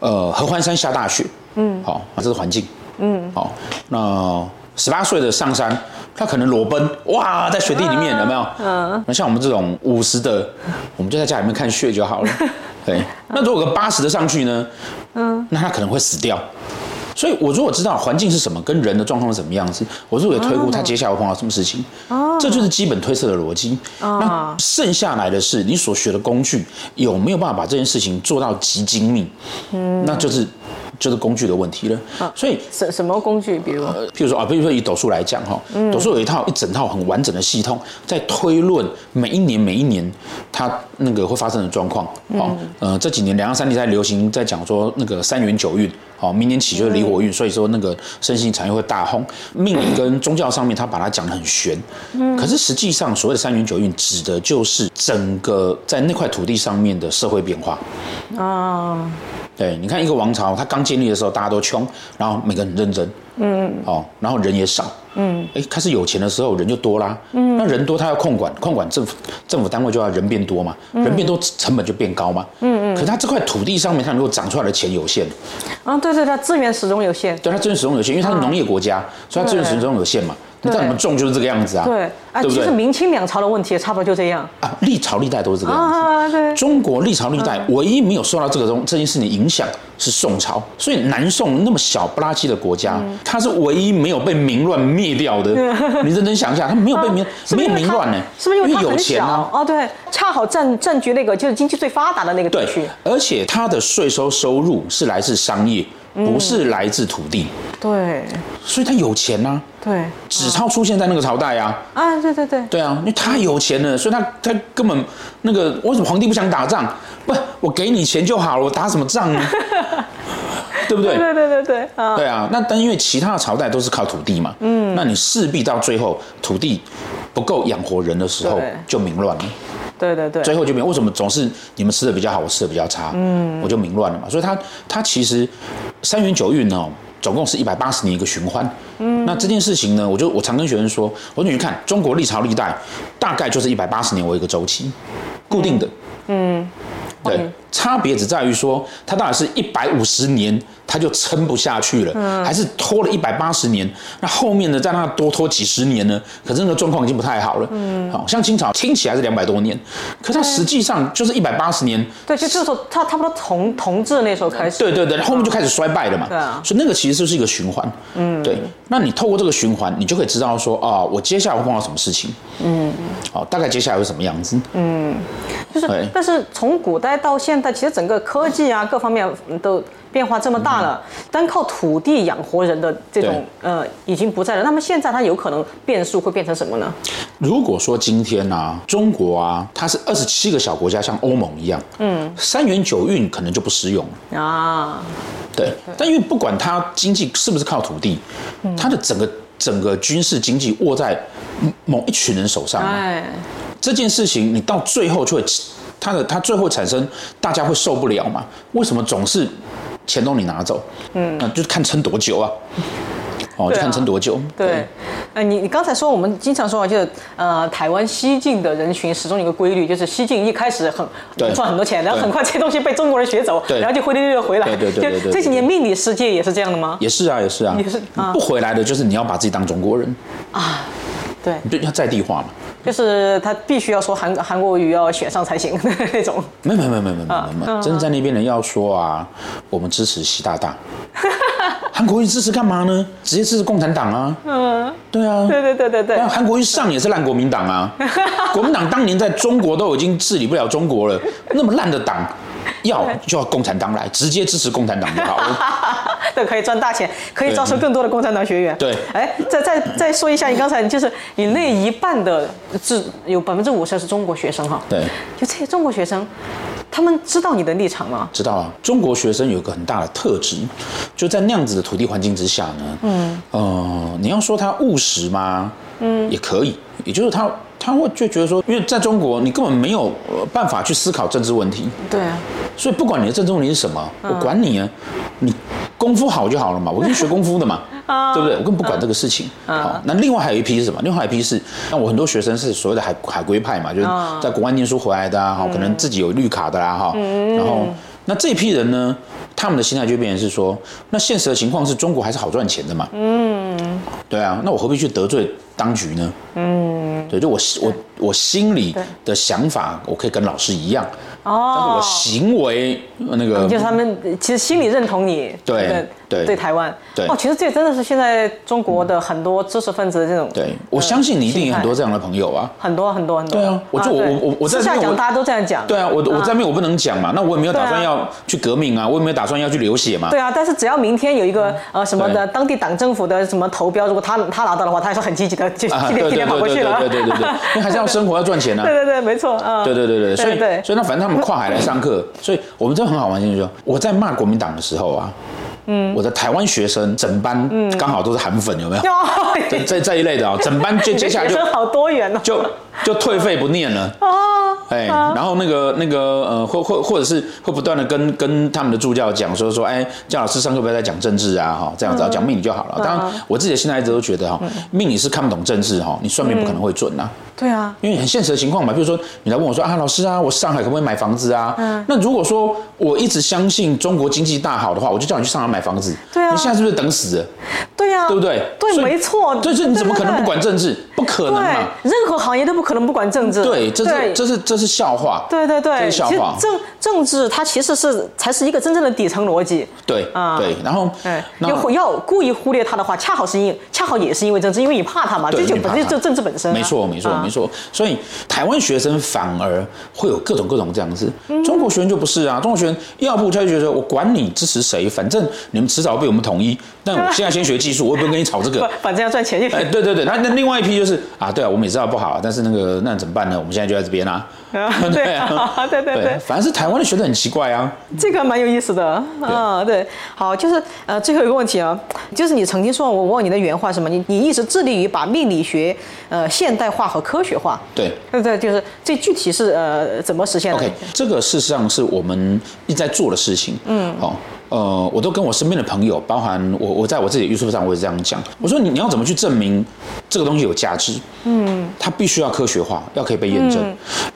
呃，合欢山下大雪，嗯，好，这是环境，嗯，好，那十八岁的上山。他可能裸奔，哇，在雪地里面有没有？嗯，那像我们这种五十的，我们就在家里面看雪就好 [laughs] 了。对，那如果有个八十的上去呢？嗯，那他可能会死掉。所以我如果知道环境是什么，跟人的状况是什么样子，我如果有推估他接下来会碰到什么事情，这就是基本推测的逻辑。那剩下来的是你所学的工具有没有办法把这件事情做到极精密，那就是就是工具的问题了。所以
什什么工具？比如
呃，譬如说啊，譬如说以斗数来讲哈，斗数有一套一整套很完整的系统，在推论每一年每一年它那个会发生的状况。哦，呃，这几年两岸三地在流行在讲说那个三元九运，哦，明年起就是离火运，所以说那个身心产业会大轰。命理跟宗教上面，它把它讲得很玄，可是实际上所谓的三元九运，指的就是整个在那块土地上面的社会变化。
啊，
对，你看一个王朝，它刚建立的时候大家都穷，然后每个人很认真，嗯，哦，然后人也少，嗯，哎，开始有钱的时候人就多啦，嗯，那人多他要控管，控管政府政府单位就要人变多嘛，人变多成本就变高嘛，嗯嗯，可他这块土地上面它能够长出来的钱有限，
啊，对对对，资源始终有限。
对，它资源使用有限，因为它是农业国家，所以它资源使用有限嘛，你再怎么种就是这个样子啊，
对，啊，
嗯对不
其
对
实？明清两朝的问题也差不多就这样
啊，历朝历代都是这个样子。
啊，对，嗯
中国历朝历代唯一没有受到这个东这件事情影响是宋朝，所以南宋那么小不拉几的国家，
嗯
它是唯一没有被民乱灭掉
[laughs]
的。你认真想一下，它没有被民
啊是不
没
是
有
因为
民
它
乱呢，
是不是因为它
有
很
钱
小？
啊。
哦，对，恰好占占据那个就是经济最发达的那个地
对
区。，
而且它的税收收入是来自商业，
嗯
不是来自土地，
对
所以他有钱
嗯
呐、
对
纸钞出现在那个朝代啊，
啊，对对对，
对啊，因为他有钱了，所以他他根本那个为什么皇帝不想打仗？不，我给你钱就好了，我打什么仗呢？对不对？
对对对对啊，
对啊，那但因为其他的朝代都是靠土地嘛，嗯，那你势必到最后土地不够养活人的时候
对
就民乱了，
对对对
最，后就民为什么总是你们吃的比较好，我吃的比较差，嗯，我就民乱了嘛。所以它它其实三元九运哦，总共是一百八十年一个循环，嗯，那这件事情呢，我就我常跟学生说，我说你去看中国历朝历代大概就是一百八十年为一个周期，固定的，嗯对，差别只在于说，它到底是一百五十年它就撑不下去了，还是拖了一百八十年，那后面呢再让它多拖几十年呢？可是那个状况已经不太好了。嗯，好像清朝听起来是两百多年，可它实际上就是一百八十年。
对，就就是说差差不多同同治那时候开始，
对对对，后面就开始衰败了嘛。
对啊
所以那个其实就是一个循环。嗯，对。那你透过这个循环，你就可以知道说，哦，我接下来会碰到什么事情。嗯，哦，大概接下来会什么样子。
就是
对，
但是从古代到现代，其实整个科技啊各方面嗯都变化这么大了，
嗯
单靠土地养活人的这种呃已经不在了。那么现在它有可能变数会变成什么呢？
如果说今天啊，中国啊，它是二十七个小国家，像欧盟一样，嗯，三元九运可能就不适用了。
啊，
对，但因为不管它经济是不是靠土地，
嗯
它的整个整个军事经济握在某一群人手上嘛，
哎，
这件事情你到最后就会，它的它最后产生大家会受不了嘛？为什么总是钱都你拿走？嗯，那就是看撑多久啊。哦，
对
就
啊
看撑多久。
对，呃，你你刚才说我们经常说啊，就是呃，台湾西进的人群始终有一个规律，就是西进一开始很
对
赚很多钱，然后
对
很快这些东西被中国人学走，
对
然后就灰溜溜地回来。
对对对对对
就
对
这几年命理世界也是这样的吗？
也是啊，也是啊，
也是啊
不回来的，就是你要把自己当中国人。
对，
对，要在地化嘛。
就是他必须要说韩韩国语要选上才行那种。
没有没有没有没有没有没有没有，真的在那边人要说啊，我们支持习大大。 [laughs] 韩国瑜支持干嘛呢？直接支持共产党啊。嗯，对啊。
对对对对对
那，韩国瑜上也是烂国民党啊，国民党当年在中国都已经治理不了中国了，那么烂的党，要就要共产党来，直接支持共产党就好
[laughs]
了。
[laughs] 对，可以赚大钱，可以招收更多的共产党学员。
对
哎，再再再说一下，你刚才就是你那一半的至有百分之五十是中国学生哈。
对，
就这些中国学生，他们知道你的立场吗？
知道啊。中国学生有一个很大的特质，就在那样子的土地环境之下呢，嗯，呃，你要说他务实吗？嗯，也可以，也就是他他会就觉得说，因为在中国你根本没有呃办法去思考政治问题，
对啊，
所以不管你的政治问题是什么，我管你啊，你功夫好就好了嘛，我 [laughs] 跟你学功夫的嘛，对不对？我根本不管这个事情。好，那另外还有一批是什么？另外还有一批是，那我很多学生是所谓的海海归派嘛，就是在国外念书回来的啊，哈，可能自己有绿卡的啦，哈，然后那这批人呢，他们的心态就变成是说，那现实的情况是中国还是好赚钱的嘛，嗯，对啊，那我何必去得罪当局呢？嗯，对，就我我我心里的想法，我可以跟老师一样。但是
哦
我，行为呃那个
就是他们其实心里认同你，
对
对
对
对台湾，
对
哦，其实这真的是现在中国的很多知识分子的这种，
对，我相信你一定有很多这样的朋友啊。
很多很多很多，
对啊我就我
对
我我我在这
私下
边
讲
我
大家都这样讲，
对啊，我我在面我不能讲嘛，那我也没有打
对啊
算要去革命啊，我也没有打算要去流血嘛。
对啊，但是只要明天有一个呃什么的
嗯对
当地党政府的什么投标，如果他他拿到的话，他还是 [laughs] 很积极的，就
啊，
屁
对
颠
对
屁
对对
颠跑过
对
去了。
对对对，因为还是要生活要赚钱啊
[laughs] 对。对对，没错啊。
对对对对，所以
对对
所以那反正他们跨海来上课，所以我们真的很好玩，就是说我在骂国民党的时候啊，嗯，我的台湾学生整班刚好都是韩粉，有没有？
哟，
这这这一类的啊，整班就
你
接
的
下来
学
就
生好多元哦。
就就退费不念了。
啊，
哎，然后那个那个呃，或或或者是会不断的跟跟他们的助教讲说说，哎，姜老师上课不要再讲政治啊，哈，这样子
嗯
啊，讲命理就好了。当然，我自己的心态一直都觉得哈，命理是看不懂政治哈，你算命不可能会准啊，
对啊，
因为很现实的情况嘛。比如说你来问我说啊，老师啊，我上海可不可以买房子啊？
嗯
那如果说我一直相信中国经济大好的话，我就叫你去上海买房子。
对啊
你现在是不是等死了？
对啊，
对不对？
对，
所以
没错。
对，这你怎么可能不
对？
管政治？不可能
对
嘛。，
任何行业都不可能不管政治。
对，这是
对
这是这是笑话。
对对对，
这是笑
其实
话
政政治它其实是才是一个真正的底层逻辑。
对
啊
对，然后
哎，
那
要忽要故意忽略它的话，恰好是因恰好也是因为政治，因为你怕它嘛，
对
这就
你怕
本
它
身就政治本身啊、
没错，没错，
啊
没错。所以台湾学生反而会有各种各种这样子，
嗯
中国学生就不是啊。中国学生要不他就觉得我管你支持谁，反正你们迟早被我们统一。但我现在先学技术，我也不用跟你吵这
[laughs] 不
个。，
反正要赚钱就行。
哎，对对对，那那另外一批就是啊，对啊，我们也知道不好，但是那个那怎么办呢？我们现在就在这边啊。
[laughs] 啊对啊对对对
反正是台湾的学生很奇怪啊。
这个蛮有意思的，啊，对，好，就是呃，最后一个问题啊，就是你曾经说我问你的原话是什么？你你一直致力于把命理学呃现代化和科学化，
对
对对，就是这具体是呃怎么实现的
OK，这个事实上是我们一直在做的事情。嗯，好、呃，我都跟我身边的朋友，包含我，我在我自己的 YouTube 上，我也这样讲，我说你你要怎么去证明这个东西有价值？嗯，它必须要科学化，要可以被验证。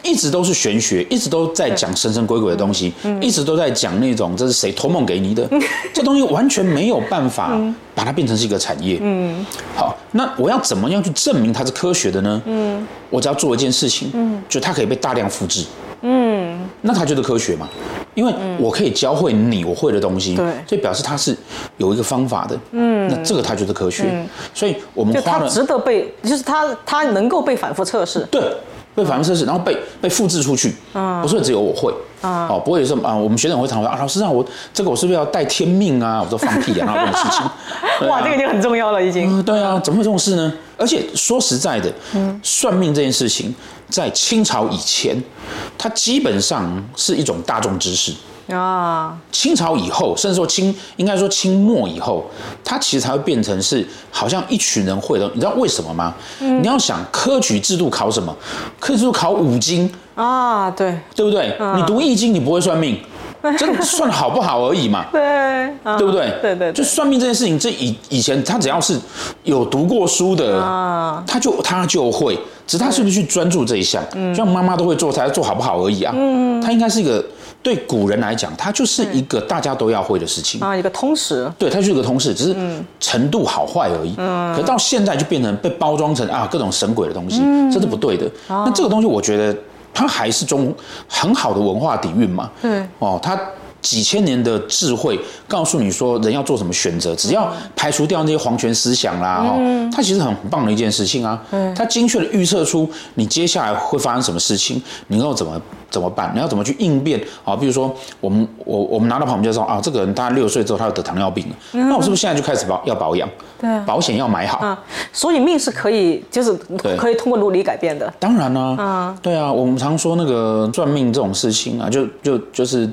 一直都是玄学，一直都在讲神神鬼鬼的东西，一直都在讲那种这是谁托梦给你 [laughs] 的，这东西完全没有办法把它变成是一个产业。嗯，好，那我要怎么样去证明它是科学的呢？嗯，我只要做一件事情，嗯，就它可以被大量复制。
嗯
那它就是科学嘛，因为我可以教会你我会的东西，
对
所以表示它是有一个方法的，嗯，那这个它就是科学，所以我们
嗯就
花
它
了
值得被，就是它它能够被反复测试，
对被反复测试，然后被被复制出去，
嗯
不是只有我会，哦，不会有什么啊，我们学生会常说啊，老师啊，我这个我是不是要带天命啊？我说放屁啊，哪有这种事情？
[laughs]
对啊
哇，这个就很重要了已经。
嗯，对啊，怎么会这种事呢？而且说实在的，算命这件事情在清朝以前，它基本上是一种大众知识。
啊，
清朝以后，甚至说清，应该说清末以后，它其实才会变成是好像一群人会的。你知道为什么吗？你要想科举制度考什么？科举制度考五经，
啊，对
对不对？你读易经，你不会算命，真的算好不好而已嘛。
对，啊
对不对？
对对
就
对，
算命这件事情，这以以前他只要是有读过书的，
啊
他就他就会，只是他是不是去专注这一项，
嗯
就像妈妈都会做菜，她做好不好而已啊。嗯，他应该是一个对古人来讲，它就是一个大家都要会的事情。
啊，一个通识，
对，它就是一个通识，只是
嗯
程度好坏而已。可到现在就变成被包装成啊各种神鬼的东西，
嗯
这是不对的。
哦
那这个东西，我觉得它还是中很好的文化底蕴嘛。
对
哦，它几千年的智慧告诉你说人要做什么选择，只要排除掉那些皇权思想啦，
嗯
哦，它其实很棒的一件事情啊。它精确的预测出你接下来会发生什么事情，你要怎么怎么办，你要怎么去应变啊、比如说我们我我们拿到旁边就说啊，这个人他六岁之后他要得糖尿病了，那我是不是现在就开始保要保养？
嗯对啊
保险要买好。
啊，所以命是可以，就是
对
可以通过努力改变的，
当然啦、对啊，我们常说那个算命这种事情啊，就就就是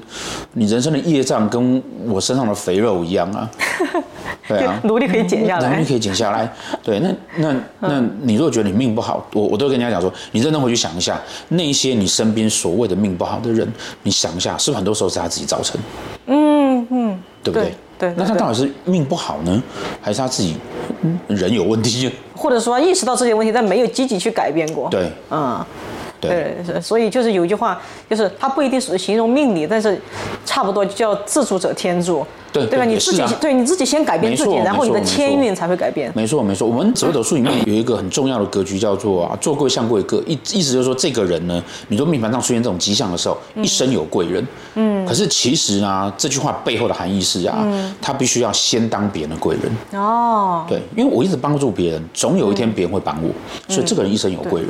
你人生的业障跟我身上的肥肉一样 [laughs] 啊，对啊，
努力可以减下
然后
来
你。可以嗯减下来。对，那那那你如果觉得你命不好，我我都跟人家讲说，你认真回去想一下，那一些你身边所谓的命不好的人，你想一下，是不是很多时候是他自己造成？嗯嗯，对不对？
对对
那他
对
到底是命不好呢，还是他自己嗯人有问题？
或者说意识到这些问题，但没有积极去改变过。，
对
嗯，
对
对，所所以就是有一句话，就是它不一定是形容命理，但是差不多就叫自助者天助。
对
对
对
吧？你
也
自
是
己
啊
对你自己先改变自己，
没错
然后你的
没错
天
没
运才会改变。
没错，没错。我们紫微斗数里面有一个很重要的格局，叫做啊“做贵像贵客”，意意思就是说，这个人呢，你说命盘上出现这种迹象的时候，一生有贵人。嗯。可是其实呢，这句话背后的含义是啊，他必须要先当别人的贵人。
哦，
对，因为我一直帮助别人，总有一天别人会帮我，所以这个人一生有贵人。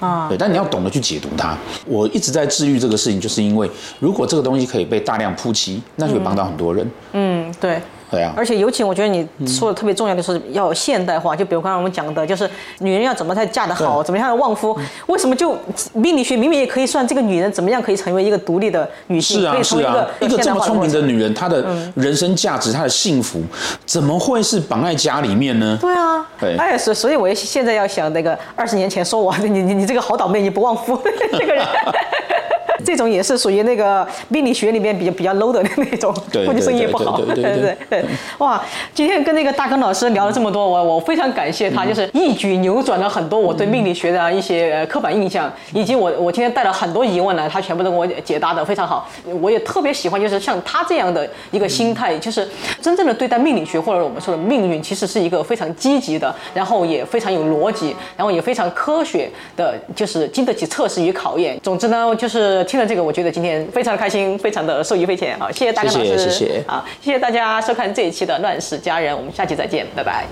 啊。嗯对，但你要懂得去解读它。我一直在治愈这个事情，就是因为如果这个东西可以被大量普及，那就会帮到很多人。
嗯，对。
对啊。
而且尤其我觉得你说的特别重要的是要有现代化，就比如刚才我们讲的，就是女人要怎么才嫁得好，
对嗯
怎么样的旺夫。为什么就命理学明明也可以算这个女人怎么样可以成为一个独立的女性，
是啊
可以，成
是
为一
啊
个，
一
有
个这
现代
么
化
聪
过
明
程嗯
的女人，她的人生价值、她的幸福，怎么会是绑在家里面呢？
对啊，
对
哎，所所以我也
[laughs]
现 [laughs] 在要想那个二十年前说我你你你这个好倒霉，你不旺夫这个人。这种也是属于那个命理学里面比较比较 low 的那种，
对
估计生意也不好。
对对对对
对
对
对哇，今天跟那个大根老师聊了这么多，我我非常感谢他，就是一举扭转了很多我对命理学的一些呃刻板印象，以及我我今天带了很多疑问来，他全部都给我解答的非常好。我也特别喜欢，就是像他这样的一个心态，就是真正的对待命理学或者我们说的命运，其实是一个非常积极的，然后也非常有逻辑，然后也非常科学的，就是经得起测试与考验。总之呢，就是听了这个，我觉得今天非常的开心，非常的受益匪浅啊！谢谢大根老师，
谢谢谢谢
好，谢谢大家收看这一期的《乱世佳人》，我们下期再见，拜拜。